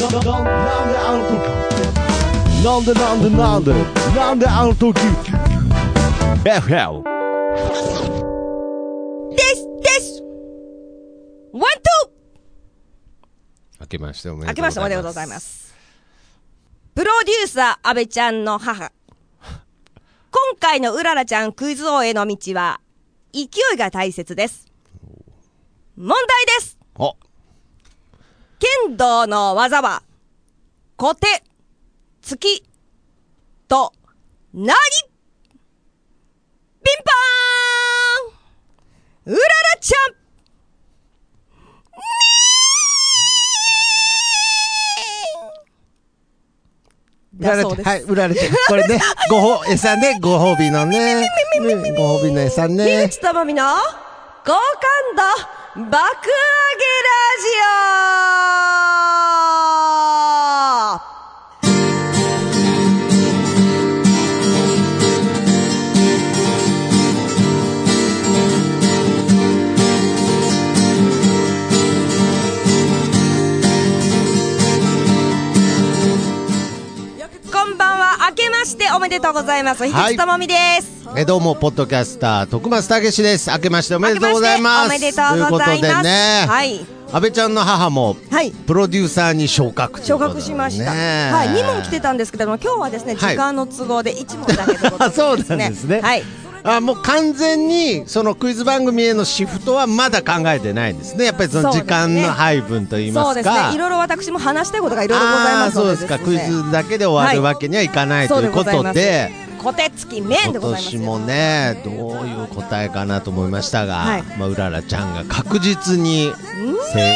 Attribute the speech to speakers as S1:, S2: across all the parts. S1: なんであの時なんでなんでなんでなんであの時 FL
S2: ですですワン、ツー
S3: 明けましておめでとう
S2: 明けましておめでとうございま。す。プロデューサー、安倍ちゃんの母。今回のうららちゃんクイズ王への道は、勢いが大切です。問題です
S3: お
S2: 剣道の技は、小手、突き、と、なにピンポーンうららちゃんだそうです
S4: はい、売られてる。これね、ご褒、餌ね、ご褒美のね、ねご褒美の餌
S2: 樋
S4: ね。
S2: 口智美の好感度爆上げラジオこんばんは明けましておめでとうございます樋口智美です、
S4: え、どうも、ポッドキャスター、徳松たけしです。明けましておめでとうございます。
S2: 明けましておめでとうございます
S4: ということでね、
S2: はい。
S4: 安倍ちゃんの母も、
S2: はい
S4: プロデューサーに昇格という
S2: 昇
S4: ことでね。
S2: 格しました、はい、2問来てたんですけども今日はですね時
S4: はい
S2: 間の都合で1問だけということで
S4: そうなんですね。
S2: はい、
S4: あもう完全にそのクイズ番組へのシフトはまだ考えてないんですね。やっぱりその時間の配分といいま
S2: そう
S4: す
S2: です
S4: か。
S2: ねいろいろ私も話したいことがいろいろございます
S4: あ
S2: の
S4: ーそう
S2: で
S4: ですか。クイズだけで終わる
S2: はい
S4: わけにはいかない
S2: そ
S4: と
S2: う
S4: い
S2: で
S4: う
S2: ご
S4: こ
S2: ざい
S4: と
S2: ます
S4: で。
S2: 小手つき面で
S4: 今
S2: ございます
S4: 年
S2: よ
S4: もねどういう答えかなと思いましたが、
S2: はい
S4: まあ、うららちゃんが確実にせ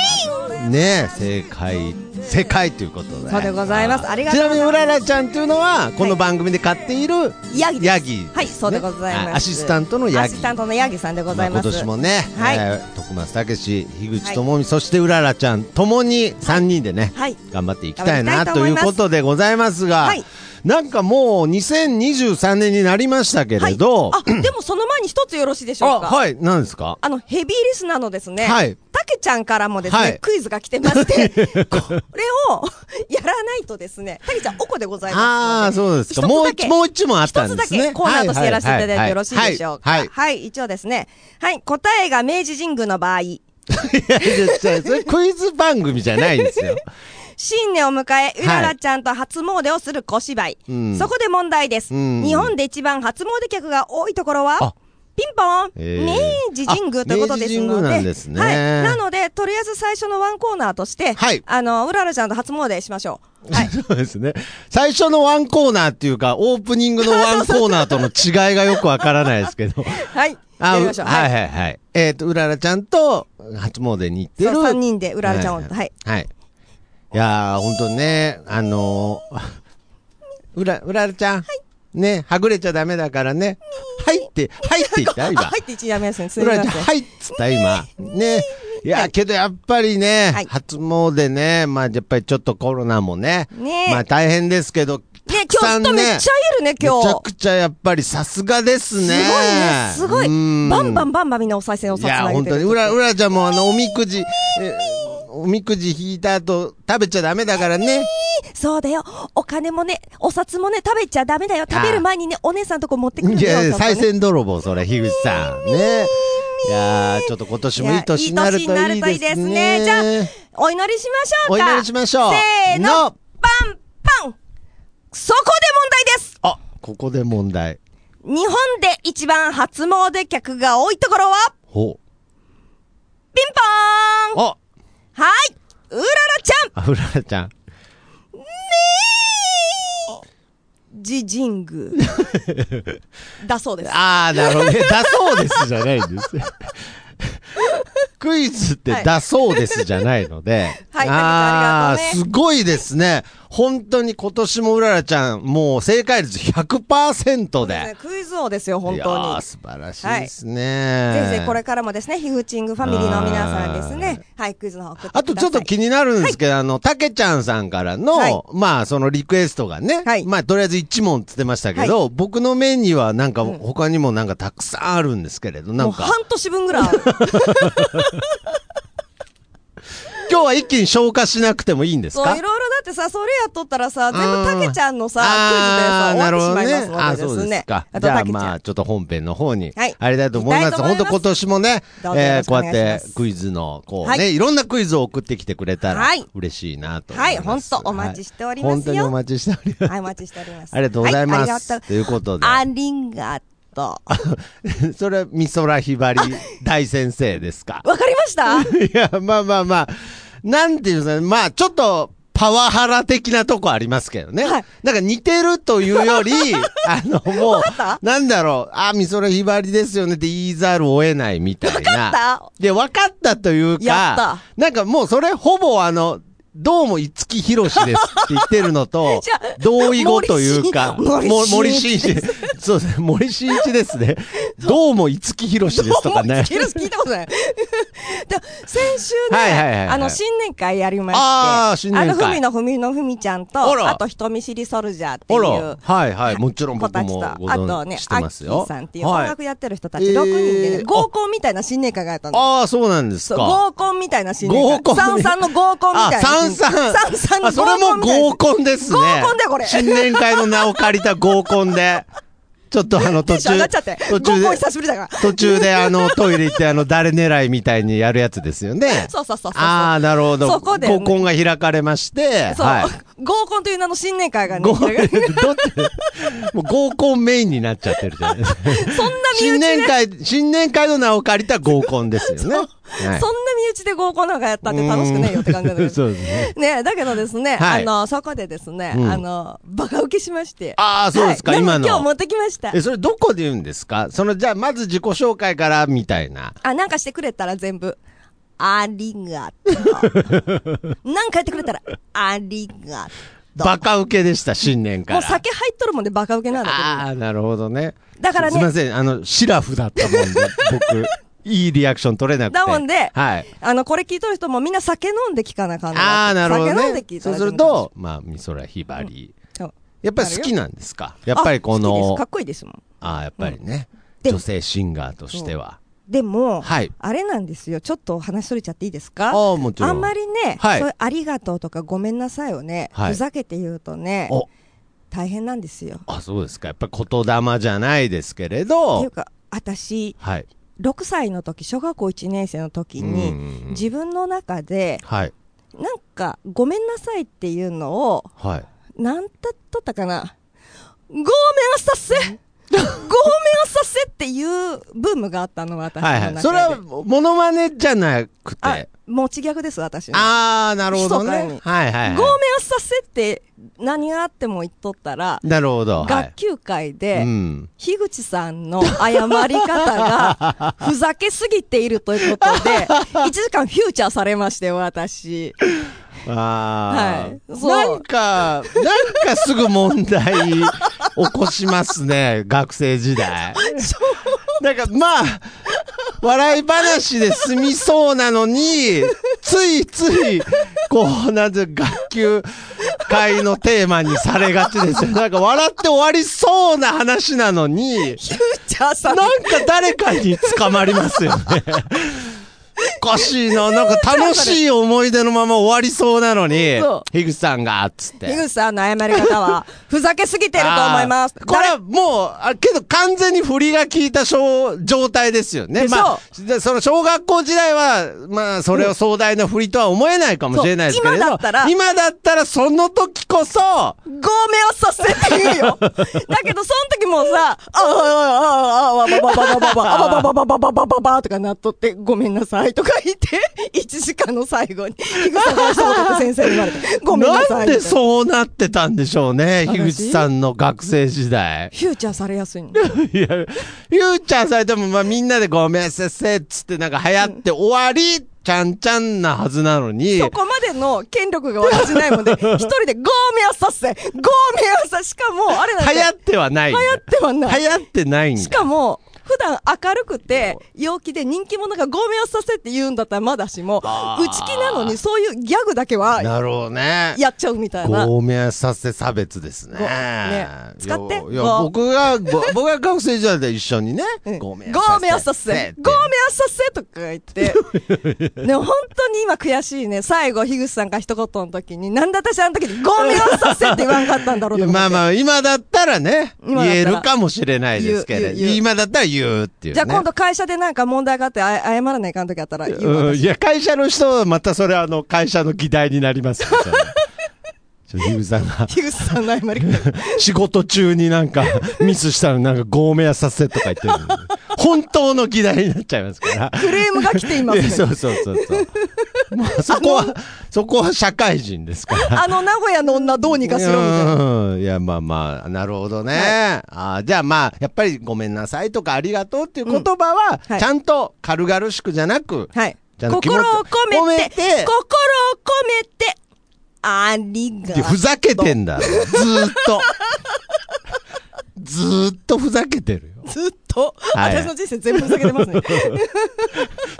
S4: ね正解正解ということで
S2: そうでございますありがとうございます
S4: ちなみにうららちゃんというのはこの番組で飼っている
S2: ヤギです
S4: ヤギですね
S2: はいそうでございます、
S4: はいアシスタントのヤギ
S2: アシスタントのヤギさんでござ
S4: まあ
S2: いま
S4: 今
S2: す、
S4: 年もね、
S2: はい
S4: えー徳松たけし樋口智美、そしてうららちゃんともに3人でね、
S2: はい
S4: 頑張っていきたい
S2: 頑張りた
S4: な
S2: いと
S4: と
S2: 思
S4: い
S2: いうます
S4: ことでございますが、
S2: はい
S4: なんかもう2023年になりましたけ
S2: は
S4: れ
S2: い
S4: ど、
S2: あでもその前に一つよろしいでしょうか
S4: あはい何ですか
S2: あの、ヘビーリスナーのですね、
S4: はい
S2: たけちゃんからもですね、
S4: はい
S2: クイズが来てま して、これをやらないとですね、たけちゃん、おこでござい
S4: あ
S2: ま
S4: あ、
S2: すので。
S4: そうですか。
S2: 一つ
S4: もう
S2: だけ
S4: 一、もう一問あっ
S2: 一
S4: たん
S2: つ
S4: で
S2: だ
S4: すね。
S2: けコーナーとしてやらせていただいてよろしいでしょうか。
S4: は
S2: はいい、
S4: は
S2: 一応ですね、はい、答えが明治神宮の場合、
S4: いはい。いやいや違うそれクイズ番組じゃないで すよ。
S2: 新年を迎え、うららちゃんと初詣をする小芝居。
S4: うん
S2: そこで問題です。
S4: うん
S2: 日本で一番初詣客が多いところは
S4: あ
S2: ピンポン、
S4: えー
S2: 明治神宮ということです
S4: あ明治神
S2: の
S4: 宮
S2: で。
S4: なんですね
S2: はい。なので、とりあえず最初のワンコーナーとして、
S4: はい
S2: あの、うららちゃんと初詣しましょう。はい。
S4: そうですね。最初のワンコーナーっていうか、オープニングのワンコーナーとの違いがよくわからないですけど。
S2: はい。や
S4: あ、
S2: り
S4: う
S2: ましょう。
S4: はいはいはい。えっと、うららちゃんと初詣に行ってる。
S2: そう三人でうららちゃんをはい。
S4: はい。いやー、ほんとね、あのー、 うら、うららちゃん。ね、はぐれちゃダメだからね。はいって、はいって言っ た
S2: あ
S4: 今。
S2: 入って一やめますね。す
S4: う
S2: み
S4: ら
S2: ませ
S4: らち
S2: ん
S4: ゃん、。はいっつった、今。ね。いや、けどやっぱりね、
S2: はい
S4: 初詣ね、まあ、やっぱりちょっとコロナもね、
S2: ね
S4: まあ大変ですけど、
S2: ね
S4: たくさんね
S2: 今日人めっちゃいるね今日
S4: めちゃくちゃやっぱりさすがですね。
S2: すごいね。すごい。
S4: うん
S2: バンバンバンバンみんなお賽銭を
S4: い
S2: さ
S4: や、
S2: つなげ
S4: 本
S2: て
S4: 当
S2: る
S4: に、うら、うらちゃんもあの、おみくじ、えおみくじ引いた後、食べちゃダメだからね。
S2: そうだよ。お金もね、お札もね、食べちゃダメだよ。食べる前にね、お姉さんとこ持ってくるん
S4: い
S2: だよ。
S4: やい
S2: ち
S4: や、
S2: ゃんとね
S4: 再選泥棒、それ、樋口さん。ね。いやー、ちょっと今年もいい年になるといいですね。
S2: いい年になるといいですねじゃあ、お祈りしましょうか。
S4: お祈りしましょう
S2: せーの。
S4: の
S2: パンパンそこで問題です
S4: あ、ここで問題。
S2: 日本で一番初詣客が多いところは、
S4: ほ
S2: ピンポ
S4: う。
S2: ーン
S4: あ、
S2: はいうららちゃん
S4: あ、うららちゃん。
S2: ジジン グ。だそうです。
S4: あー、なるほどね。だそうですじゃないんですよ。クイズってだそうですじゃないので。
S2: はい竹内さん
S4: あ
S2: ありがとうね
S4: ーすごいですね。本当に今年もうららちゃん、もう正解率100%で。
S2: クイズ王ですよ、本
S4: いや
S2: 当
S4: ー
S2: に。
S4: 素晴らしいですね。
S2: 先生、これからもですね、ヒフチングファミリーの皆さんですね。はい、クイズの方送ってください。
S4: あとちょっと気になるんですけど、あの、たけちゃんさんからの、
S2: はい
S4: まあ、そのリクエストがね、
S2: はい
S4: まあ、とりあえず1問つってましたけど、僕の面にはなんか他にもなんかたくさんあるんですけれど、な
S2: もうん
S4: か、
S2: 半年分ぐらいあ る。
S4: 今日は一気に消化しなくてもいいんです
S2: そう、いろ
S4: か
S2: いろだっってさ、それやっとったらさ、全部
S4: あー
S2: たけちゃんのさ、クイズで
S4: あ
S2: さ、
S4: ー
S2: 終
S4: なる
S2: わ
S4: ほ
S2: ってし
S4: ど
S2: まい
S4: ね。あ
S2: ます
S4: ー、
S2: の
S4: そ
S2: でです
S4: うです
S2: ね。
S4: か。
S2: あと
S4: じゃあ
S2: たけち
S4: ま
S2: ゃ
S4: あ、
S2: ん。
S4: ちょっと本編の方に、
S2: はい
S4: あれだと思い
S2: 行
S4: ま
S2: きたい
S4: す。
S2: と思います
S4: 本当今年もね
S2: どう、ぞよ
S4: え
S2: ろし
S4: ー
S2: くお
S4: こう
S2: 願い
S4: や
S2: しま
S4: っ
S2: す
S4: てクイズの、こうね、、
S2: はいい
S4: ろんなクイズを送ってきてくれたら、
S2: はい
S4: 嬉しいなと思います。
S2: はい本当お待ちしておりますよ
S4: はい本当にお待ちしております。
S2: はい、お待ちしております。
S4: ありがとうございます。
S2: はありがと
S4: ということで、
S2: ありがと
S4: それは美空ひばり大先生ですか
S2: う。。わかりました
S4: いや、まあまあまあ、なんていうんですかね、まあちょっと、パワハラ的なとこありますけどね。
S2: はい
S4: なんか似てるという より、あの、も
S2: った
S4: う、なんだろう、あ、美空ひばりですよねって言いざるを得ないみたいな。
S2: わか
S4: で、分かったという
S2: やった、
S4: かなんかもうそれほぼあの、どうも五木ひろしですって言ってるの と
S2: じゃあ、
S4: 同意語というか、
S2: 森進
S4: も森進一。そうですね、森進一ですね。どうも五木ひろしですとかね。
S2: ヒロシ聞いたことない。で 先週ね、
S4: はいはいはいはい
S2: あの、新年会やりまして、
S4: あー新年会
S2: あの、ふみのふみのふみちゃんと、
S4: あら
S2: あと、人見知りソルジャーってい
S4: あ
S2: う
S4: ら、、はいはい、もちろん
S2: 子
S4: 僕
S2: たち
S4: も
S2: と、あ
S4: ご存
S2: とね
S4: 知し、
S2: ア
S4: てま
S2: ッ
S4: す
S2: キー
S4: よ。
S2: さんっていう音
S4: は
S2: 楽
S4: い
S2: やってる人たち6人で
S4: え
S2: ね、
S4: ー
S2: 合コンみたいな新年会がやったの。
S4: ああ、そうなんです
S2: そう、
S4: か。
S2: 合コンみたいな新
S4: 合
S2: 年
S4: コン
S2: 会。三三の合コンみたいな。
S4: あ、三三。
S2: 三三の
S4: あ、それも合コンですね。
S2: 合コンだよこれ
S4: 新年会の名を借りた合コン で。ちょっとあの
S2: テ
S4: 途
S2: ンション
S4: 中
S2: 上がっちゃって。合
S4: 途中
S2: コン
S4: で、
S2: 久しぶりだから。
S4: 途中であのトイレ行ってあの誰狙いみたいにやるやつですよ ね。
S2: そうそうそうそうそう
S4: ああ、なるほど。
S2: そこでね
S4: 合コンが開かれまして、
S2: そう、
S4: はい。
S2: 合コンという名の新年会がね、
S4: 合コ
S2: そ
S4: ン
S2: んな
S4: どっち もう合コンメインになっちゃってるじゃな いですか。
S2: 身内
S4: 新
S2: で
S4: 年会、新年会の名を借りた合コンですよね。はい
S2: そんな身内で合コンなんかやったって楽しくねえよって感じなんだけど。
S4: そうですね。
S2: ねだけどですね、
S4: はい
S2: あの、そこでですね、
S4: うん
S2: あの、バカ受けしまして。
S4: ああ、そうですか、
S2: はい
S4: 今の。
S2: 今日持ってきました
S4: え、。それどこで言うんですかその、じゃあ、まず自己紹介から、みたいな。
S2: あ、なんかしてくれたら全部、ありが とう。なんかやってくれたら、ありがとう。
S4: バカ受けでした、新年か
S2: も
S4: ら。
S2: う酒入っとるもんでバカ受けなんだけど。
S4: ああ、なるほどね。
S2: だからね
S4: すいません、あの、シラフだったもんで、 僕、いいリアクション取れなくて。
S2: だもんで
S4: はい。
S2: あの、これ聞いとる人もみんな酒飲んで聞かなあかんの
S4: ああ、なるほど
S2: 酒飲んで
S4: ね
S2: 聞い。た
S4: そう
S2: ら
S4: すると、まあ、美空ひばり。
S2: 全部、そう
S4: やっぱり好きなんですかやっぱりこ
S2: あ好きです
S4: の
S2: か、っこいいですもん。
S4: ああ、やっぱりね、
S2: で
S4: 女性シンガーとしては。
S2: でも、
S4: はい
S2: あれなんですよ。ちょっとお話しとれちゃっていいですか
S4: ああもちろん
S2: あんまりね、
S4: はい
S2: そういうありがとうとかごめんなさいをね、
S4: はい
S2: ふざけて言うとね、
S4: お、
S2: 大変なんですよ。っ
S4: あ、そうですか。やっぱ言霊じゃないですけれ
S2: てい
S4: ど
S2: う、か、私、
S4: はい。
S2: 6歳の時、小学校1年生の時
S4: うんうんうん
S2: に、自分の中で、
S4: はい。
S2: なんか、ごめんなさいっていうのを、
S4: はい。
S2: なんたっとったかな。ごめんあさせごめんあさせっていうブームがあったの、私の
S4: はい
S2: 中で。
S4: はい。それは、モノマネじゃなくて。
S2: あ
S4: あ、
S2: 持ち逆です、私の。
S4: あー、なるほど
S2: 密か
S4: ね
S2: に。
S4: はいはい、
S2: ごめん
S4: は
S2: あさせって何があっても言っとったら、
S4: い。なるほど。はい
S2: 学。級会で、
S4: うん。
S2: 樋口さんの謝り方がふざけすぎているということで、1時間フューチャーされまして、私。は
S4: あー
S2: いそう
S4: なんか、なんかすぐ問題起こしますね、学生時代。なんか、まあ、笑い話で済みそうなのに、ついつい、こう、なんて、学級会のテーマにされがちですよ。なんか、笑って終わりそうな話なのに、
S2: フューチャーさ
S4: なんん。か誰かに捕まりますよね。おかしいな。なんか楽しい思い出のまま終わりそうなのに
S2: そ、
S4: 樋口さんが、つって。
S2: 樋口さんの謝り方は、ふざけすぎていると思います。
S4: あーこれはもう、あけど完全に振りが効いた小状態ですよね。
S2: でしょ
S4: まあ、でその小学校時代は、まあ、それを壮大な振りとは思えないかもしれないですけれど、
S2: そう今だったら
S4: 今だったらその時こそ、
S2: ごめんをさせって言うよ。だけど、その時もさ、ああ、ああ、ああ、あばばばばばば、あばばばばばばばばとかなっとって、ごめんなさいとか言って、1時間の最後に、樋口さんが一言先生に言われて、ごめんなさ
S4: ないん
S2: みたい
S4: で
S2: な。フ
S4: そうなってたんでしょうね。樋口さんの学生時代。
S2: ューチャーされやすいの。
S4: いや、ゆうちゃんされても、まあ、みんなでごめんせっせっつってなんか流行って終わり、ちゃんちゃんなはずなのに、
S2: そこまでの権力が私ない もんで、一人でごめんをさせ、ごめんをさ、しかも、あれなんだ
S4: 流行
S2: よ
S4: ってはない。
S2: 流行ってはない。
S4: 流行ってないん
S2: し
S4: だ。
S2: かも、普段明るくて、陽気で人気者がごめんさせって言うんだったらまだしも、
S4: あー
S2: 内気なのにそういうギャグだけは
S4: なるほどね。
S2: やっちゃうみたいな。
S4: ごめんさせ差別ですね。
S2: ごね使って
S4: いやいや
S2: ご
S4: 僕が、ぼ 僕が学生時代で一緒にね
S2: うん、
S4: ごめん
S2: ごめんさ
S4: させ
S2: せ
S4: って
S2: ごめんさせとか言って。 ね、本当に今悔しいね。最後、樋口さんが一言の時に、なんで私あの時にごめんさせって言わなかったんだろう
S4: い
S2: と
S4: や
S2: 思って。
S4: まあまあ、今だったらね、
S2: 今だったら
S4: 言えるかもしれないですけ
S2: 言
S4: れ
S2: う
S4: ど、
S2: 言う言う
S4: 今だったら言うっていう、ね。
S2: じゃあ今度会社でなんか問題があってあ謝らないかん時あったら言うわ
S4: うんいや、会社の人はまたそれはあの、会社の議題になりますよ。そ れちょヒグさんが
S2: 樋口さんの謝り方。
S4: 仕事中になん かミスしたらなんかごめんさせとか言ってるのに本当の議題になっちゃいますから。
S2: クレームが来ていま
S4: いや
S2: す
S4: そ
S2: ね。
S4: うそうそう そう。まあそこは、そこは社会人ですから。
S2: あの名古屋の女どうにかしろみたいな。
S4: うんいや、まあまあ、なるほどね。あーじゃあまあ、やっぱりごめんなさいとかありがとうっていう言葉は、
S2: うんはい
S4: ちゃんと軽々しくじゃなく、
S2: はい。
S4: ちゃんと気
S2: 心
S4: 持ち
S2: を込めて、
S4: 込めて
S2: 心を込めて、ありが
S4: で
S2: とう。
S4: ふざけてんだろ。ずーっと。ずーっとふざけてるよ。
S2: ずっと、
S4: はい
S2: 私の人生全部ふざけて ますね。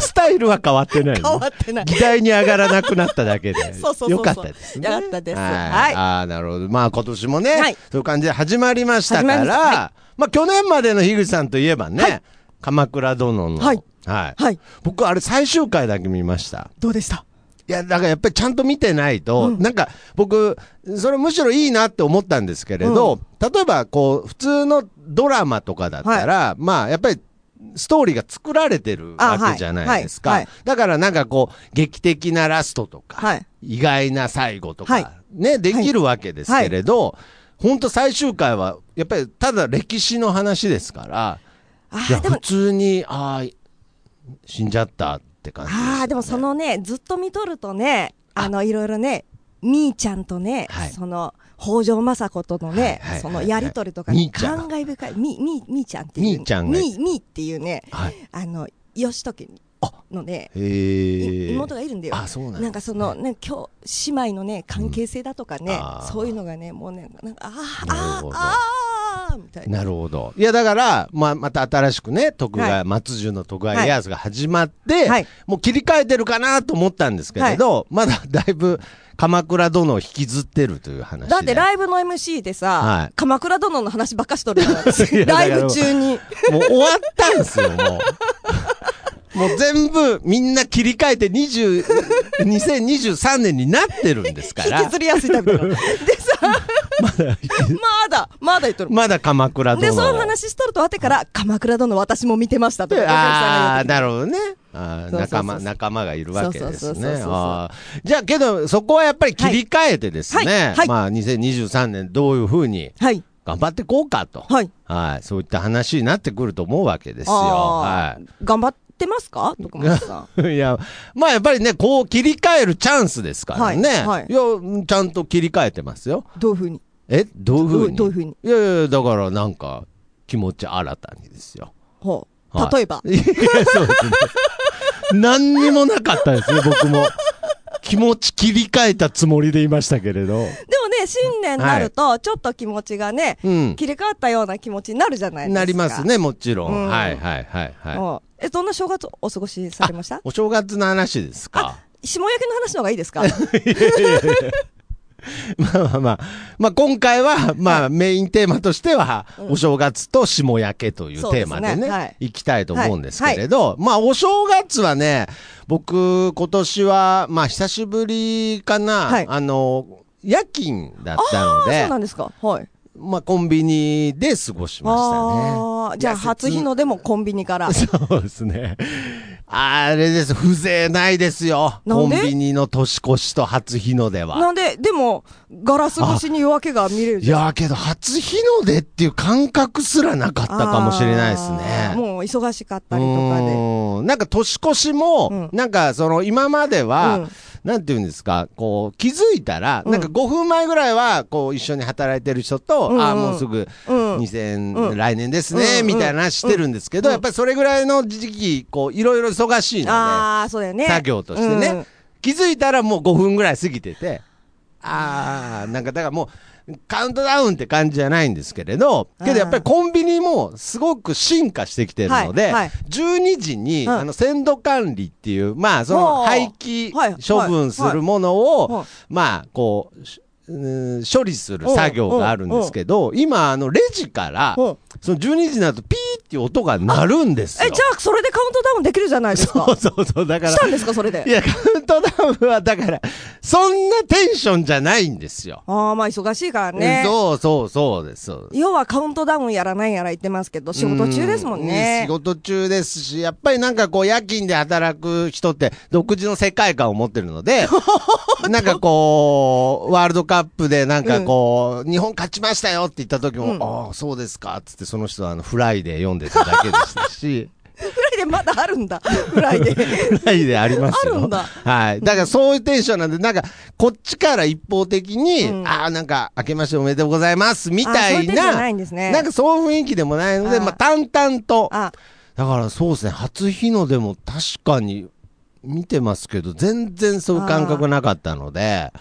S4: スタイルは変わってないの。
S2: 変わってない
S4: 議題に上がらなくなっただけで。
S2: そうそうそうそう
S4: よかったですね。
S2: よかったです
S4: はい。
S2: はい
S4: ああ、なるほど。まあ今年もね、
S2: はい
S4: そういう感じで始まりましたか
S2: 始ま
S4: ら、
S2: りま
S4: ま
S2: した
S4: あ去年までの樋口さんといえばね、
S2: はい
S4: 鎌倉殿の、
S2: はい
S4: はい
S2: はい。
S4: 僕あれ最終回だけ見ました。
S2: どうでした
S4: いや、だからやっぱりちゃんと見てないと、なんか僕、それむしろいいなって思ったんですけれど、例えばこう、普通のドラマとかだったら、まあやっぱり、ストーリーが作られてるわけじゃないですか。
S2: あはいはい
S4: だからなんかこう、劇的なラストとか、
S2: はい
S4: 意外な最後とか、
S2: はい
S4: ね、できるわけですけれど、本当最終回は、やっぱりただ歴史の話ですから、
S2: あ
S4: いや、
S2: あ、でも
S4: 普、通に、ああ、死んじゃったって感じでした、ね。
S2: ああ、でもそのね、ずっと見とるとね、あの、いろいろね、みーちゃんとね、
S4: はい
S2: その、北条政子とのね、
S4: はいはいはいはい
S2: そのやりとりとか、
S4: みーちゃん
S2: 感慨深い、み、み、みーちゃんっていう。
S4: みーちゃん
S2: み
S4: が
S2: ー、みーっていうね、
S4: はい。
S2: あの、義時
S4: あ
S2: のね、
S4: へ
S2: い
S4: ー
S2: 妹がいるんだよ。
S4: あそうなんですね
S2: なんかその、ね、今日、姉妹のね、関係性だとかね
S4: うんあ、ー
S2: そういうのがね、もうね、なんか、あー
S4: なる
S2: あ
S4: ほ
S2: ー、
S4: ど
S2: ああ、みたいな。
S4: なるほど。いや、だから、まあ、また新しくね、徳川、
S2: は
S4: 松潤の徳川家康が始まって、
S2: はい
S4: もう切り替えてるかなと思ったんですけれど、まだだいぶ、鎌倉殿を引きずってるという話で。
S2: だって
S4: イ
S2: ライブの MC でさ、
S4: はい
S2: 鎌倉殿の話ばっかしとるじゃない
S4: いやだか
S2: ラ
S4: ら
S2: イブ中に。
S4: もう終わったんですよ、も う。もう全部、みんな切り替えて20、2023年になってるんですか
S2: 引き
S4: ら
S2: ず、りやすいタイプ なの。でさ、まだ、まだ言っとる。
S4: まだ鎌倉殿
S2: で、
S4: を。
S2: そういう話しとるとあってから、鎌倉殿私も見てましたとか。
S4: あ
S2: お
S4: あ、
S2: 客さんが言う
S4: なるほどね。あー
S2: そうそうそう
S4: 仲間、仲間がいるわけです
S2: そうそうそうそう
S4: ね
S2: そう。
S4: あーじゃあ、けど、そこはやっぱり切り替えてです
S2: はいはい
S4: ね
S2: は、い
S4: まあ、2023年どういうふうに
S2: 時はい。
S4: 頑張っていこうかと。
S2: はい。
S4: はい。そういった話になってくると思うわけですよ。
S2: あ
S4: は
S2: ー頑張ってますか徳松さ ん。
S4: い。いや、まあやっぱりね、こう切り替えるチャンスですからね。
S2: はいはい
S4: いや、ちゃんと切り替えてますよ。
S2: どういうふうに
S4: えどういうふうに
S2: どうどういうふうに
S4: いやいやいや、だからなんか、気持ち新たにですよ。
S2: ほう。
S4: はい
S2: 例えば。
S4: いや、そうですね。何にもなかったですね、僕も。気持ち切り替えたつもりでいましたけれど。
S2: でもね、新年になると、ちょっと気持ちがね、
S4: うん。
S2: 切り替わったような気持ちになるじゃないですか。
S4: なります。ね、もちろん。
S2: うん
S4: はいはいはいはい。
S2: はい、え、どんな正月お過ごしされました
S4: お正月の話ですか。
S2: 下焼けの話の方がいい ですか
S4: まあまあまあ。まあ今回は、まあメインテーマとしては、お正月と下焼けという
S2: そうで
S4: テ
S2: す
S4: ー
S2: ね
S4: マで
S2: はい
S4: ね、行きたいと思うんですけれど、まあお正月はね、僕今年は、まあ久しぶりか
S2: は、
S4: ないあの、夜勤だったの
S2: あ
S4: で、
S2: そうなんですか。はい。
S4: まあ、コンビニで過ごしまし
S2: あーじゃあ、
S4: いや
S2: 初日の出もコンビニ から。
S4: たね。そうですね。あれです。風情ないですよ。
S2: な
S4: コ
S2: ん
S4: ン
S2: で
S4: ビニの年越しと初日の出は。
S2: なんで、でも、ガラス越しに夜明けが見れる
S4: い
S2: じゃん。
S4: やーけど、初日の出っていう感覚すらなかったかもしれないです
S2: あー
S4: ね。
S2: もう忙しかったりとかで。
S4: うーんなんか年越しも、
S2: うん
S4: なんかその今までは、
S2: うん
S4: なんていうんですか、こう気づいたら、
S2: うん
S4: なんか5分前ぐらいは、こう一緒に働いてる人と、
S2: うんうん
S4: ああ、もうすぐ
S2: うん
S4: 2000、
S2: うん
S4: 来年です
S2: うん
S4: ね、
S2: うん
S4: みたいな話してるんですけど、
S2: うん
S4: やっぱりそれぐらいの時期、こういろいろ忙しいので、
S2: ああ、そうだよね。
S4: 作業としてね、
S2: うん
S4: 気づいたらもう5分ぐらい過ぎてて、ああ、なんかだからもう、カウントダウンって感じじゃないんですけれど、けどやっぱりコンビニもすごく進化してきてるので、
S2: はいはい
S4: 12時に、
S2: うん
S4: あの、鮮度管理っていう、まあ、そ
S2: お
S4: の
S2: ー
S4: 廃棄
S2: はい
S4: 処分するもの
S2: はいはい
S4: を、まあ、こう、しうーん処理する作業があるんですけど、今、あの、レジから、
S2: おう
S4: その12時になるとピーっていう音が鳴るんですよ。
S2: え、じゃあ、それでカウントダウンできるじゃないです
S4: そう
S2: か。
S4: そうそう、だから。
S2: したんですか、それ
S4: い
S2: で。
S4: や、カウントダウンは、だから、そんなテンションじゃないんですよ。
S2: ああ、まあ、忙しいからね。
S4: そうそうそうです。そうです
S2: 要はカウントダウンやらないやら言ってますけど、仕事中ですもんね。
S4: う仕事中ですし、やっぱりなんかこう夜勤で働く人って独自の世界観を持ってる ので、なんかこう、ワールドカップでなんかこう、日本勝ちましたよって言った時も、
S2: うん
S4: ああ、そうですかっつってその人はあのフライデー読んでただけでしたし、
S2: フライデーまだあるんだ。フライデ ー。
S4: フライデーありますよ。
S2: あるんだ
S4: はい。だからそういうテンションなんで、なんかこっちから一方的に、
S2: うん
S4: ああ、なんか明けましておめでとうございますみた
S2: あそういう
S4: い
S2: テンション
S4: な、
S2: ないんですね
S4: なんかそういう雰囲気でもないので、
S2: あー
S4: まあ淡々と、
S2: あ、
S4: だからそうですね、初日の出も確かに見てますけど、全然そういう感覚なかったので、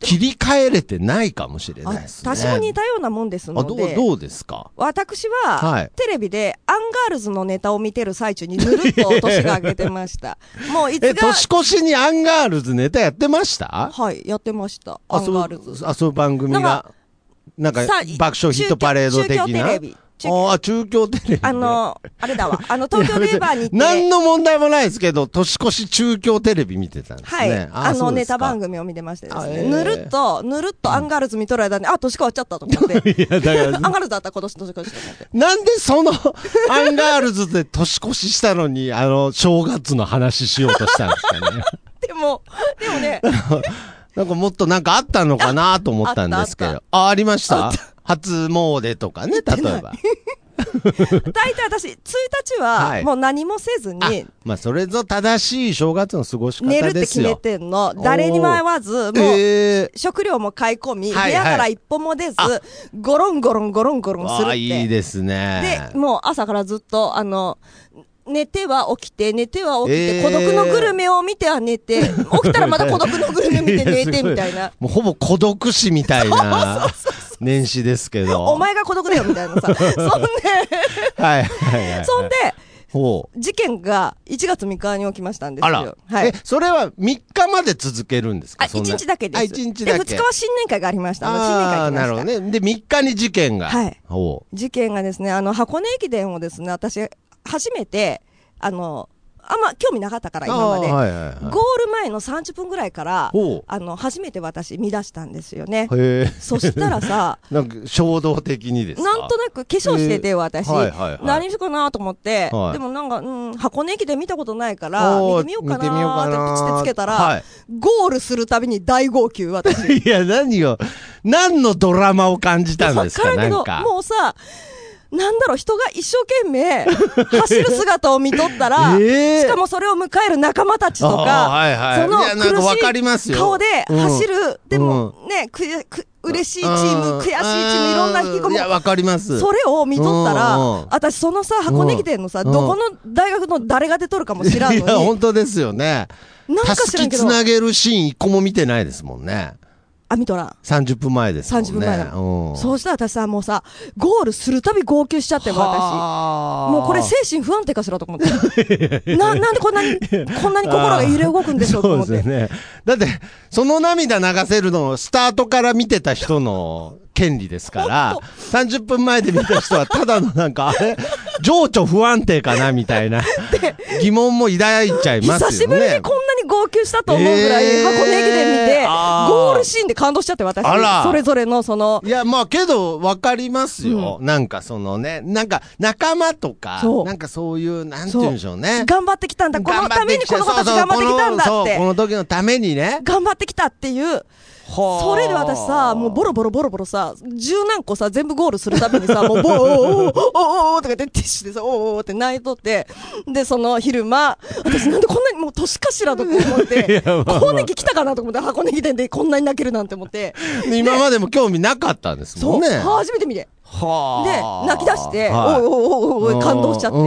S4: 切り替えれてないかもしれない
S2: あ
S4: ですね。
S2: 多少似たようなもんです
S4: あ
S2: の
S4: どう
S2: で。
S4: どうですか
S2: 私は、
S4: はい
S2: テレビでアンガールズのネタを見てる最中にぬるっと年が明けてま した。もういつ
S4: え、
S2: が、
S4: 年越しにアンガールズネタやってました
S2: はい、やってました。ア
S4: あ
S2: ン
S4: そう
S2: ガールズ。
S4: あ、そういう番組が。なんか
S2: さ、
S4: 爆笑ヒットパレード的
S2: 中京
S4: な。
S2: 中京テレビ中京
S4: ああ、中京テレビね。
S2: あの、あれだわ。あの、東京
S4: い
S2: デ
S4: や別
S2: ー
S4: に
S2: バーに行って。
S4: 何の問題もないですけど、年越し中京テレビ見てたんですね。
S2: はい。
S4: ー
S2: あ
S4: そ
S2: の
S4: うで
S2: ネ
S4: すか
S2: タ番組を見てましてです
S4: あえ
S2: ね。
S4: ー
S2: ぬるっと、ぬるっとアンガールズ見とる間に、あ、年変わっちゃったと思って。
S4: いや、だから
S2: アン、ガールズだったら今年年越しと思って。
S4: なんでその アンガールズで年越ししたのに、あの、正月の話しようとしたんですか ね。
S2: でも、でも ね、
S4: なんかもっとなんかあったのかなと思ったんですけ
S2: ああっ
S4: ど。あ、ありました初詣とかね、例えば。
S2: 大体私、1日
S4: は
S2: はいもう何もせず
S4: あ
S2: に、
S4: まあ、それぞ正しい正月の過ごし方です
S2: 寝
S4: よ。
S2: るって決めてんの。誰にも会わず、もう、
S4: え
S2: 食料も買い込み、部
S4: はいはい
S2: 屋から一歩も出ず
S4: あ、
S2: ゴロンゴロンゴロンゴ
S4: ー、
S2: ロンするっ
S4: わあ、
S2: て。
S4: いいですね。
S2: で、もう朝からずっと、あの、寝ては起きて、寝ては起きて、
S4: えー
S2: 孤独のグルメを見ては寝 て、起きたらまた孤独のグルメ見て寝てみたいな。
S4: もうほぼ孤独死みた いな年始ですけど。
S2: お前が孤独だよみたいなさ。そんで、
S4: はいはいはい。
S2: そんで、
S4: ほう。
S2: 事件が1月3日に起きましたんです
S4: あ
S2: よ
S4: ら。。
S2: はい
S4: え。、それは3日まで続けるんです
S2: あ、
S4: かそ
S2: 1
S4: んな
S2: 日だけです。
S4: あ、1日だけ。
S2: で、2日は新年会がありました。あの新年会
S4: あ
S2: 行
S4: あー、
S2: きました。
S4: なるほどね。で、3日に事件が。
S2: はい
S4: ほ
S2: 事件がですね、あの、箱根駅伝をですね、私、初めて、あの、あんま興味なかったから、
S4: う。
S2: 今まで。
S4: あーはいは
S2: ゴ
S4: い
S2: ー
S4: は
S2: ル前の30分ぐらいから
S4: ほう、
S2: あの、初めて私見出したんですよね。
S4: い。へえ。
S2: そしたらさ、
S4: なんか、衝動的に ですか
S2: なんとなく化粧してて、私。
S4: えーはいはいはい
S2: 何しようかなと思って、
S4: はい
S2: でもなんか、うん、箱根駅伝見たことないから、見
S4: おー
S2: てみようか
S4: 見てみよう
S2: な
S4: か
S2: ー
S4: な
S2: っ
S4: ー
S2: てプチってつけたら、
S4: はい
S2: ゴールするたびに大号泣、私。
S4: いや、何を、何のドラマを感じたんですか
S2: わからんけ
S4: なん
S2: ど
S4: か。、
S2: もうさ、なんだろう、人が一生懸命走る姿を見とったら、
S4: えー
S2: しかもそれを迎える仲間たちと
S4: あーはい
S2: か、
S4: はい
S2: その
S4: いやなんかわかり
S2: 苦
S4: ます
S2: しい
S4: よ
S2: 顔で走る、でもね、くやく嬉しいチー
S4: う
S2: ム、
S4: ん
S2: 悔しいチーム、いろんな引き込
S4: いや、わ
S2: み。
S4: かります。
S2: それを見とったら
S4: うんうん、
S2: 私そのさ、箱根駅伝のさ、
S4: うん
S2: どこの大学の誰が出とるかも知らん
S4: いや、
S2: のに、
S4: 本当ですよね。
S2: なんか
S4: た
S2: 知
S4: す
S2: らん
S4: き
S2: け
S4: つ
S2: ど、
S4: なげるシーン一個も見てないですもんね。
S2: あ、見とらん。
S4: 30分前ですもんね。
S2: 30分前だ、
S4: うん。
S2: そうしたら私さ、もうさ、ゴールするたび号泣しちゃって、私。
S4: はあ
S2: もうこれ精神不安定かしらと思 って。な、なんでこんなに、こんなに心が揺れ動くんでしょうと
S4: そう
S2: 思
S4: で
S2: っ
S4: すよ
S2: て。
S4: ね。だって、その涙流せるのをスタートから見てた人の権利ですから、30分前で見た人はただのなんか、あれ、情緒不安定かなみた いな疑問も抱いちゃいますよね。
S2: 久しぶりにこんなに号泣したと思うぐらい、
S4: えー
S2: 箱根駅伝見て、
S4: あー
S2: ゴールシーンで感動しちゃって、私
S4: あ。ら
S2: それぞれのその、
S4: いや、まあけど、わかりますよ、なんかそのね、なんか仲間とか
S2: そう、
S4: なんかそういう、なんて
S2: そ
S4: 言うんでしょうね。
S2: 頑張ってきたんだ。このためにこの子たち頑張ってきたんだ
S4: そ
S2: っ
S4: うそうこ
S2: て。
S4: のそうこの時のためにね。
S2: 頑張ってきたっていう。
S4: ほー
S2: それで私さ、もうボロボロボロボロさ、十何個さ、全部ゴールするたびにさ、もうボー、おーおーおーおーとかってティッシュでさ、おーおーおーって泣いとって、で、その昼間、私なんでこんなにもう年かしらとか思って、箱根駅来たかなとか思って、箱根駅伝でこんなに泣けるなんて思って、
S4: 今までも興味なかったんです
S2: そ
S4: も
S2: う、
S4: んね。
S2: 初めて見て、
S4: は
S2: で
S4: あ。
S2: 泣き出して、
S4: は
S2: おい
S4: い
S2: おいおいおい感動しちゃって
S4: うん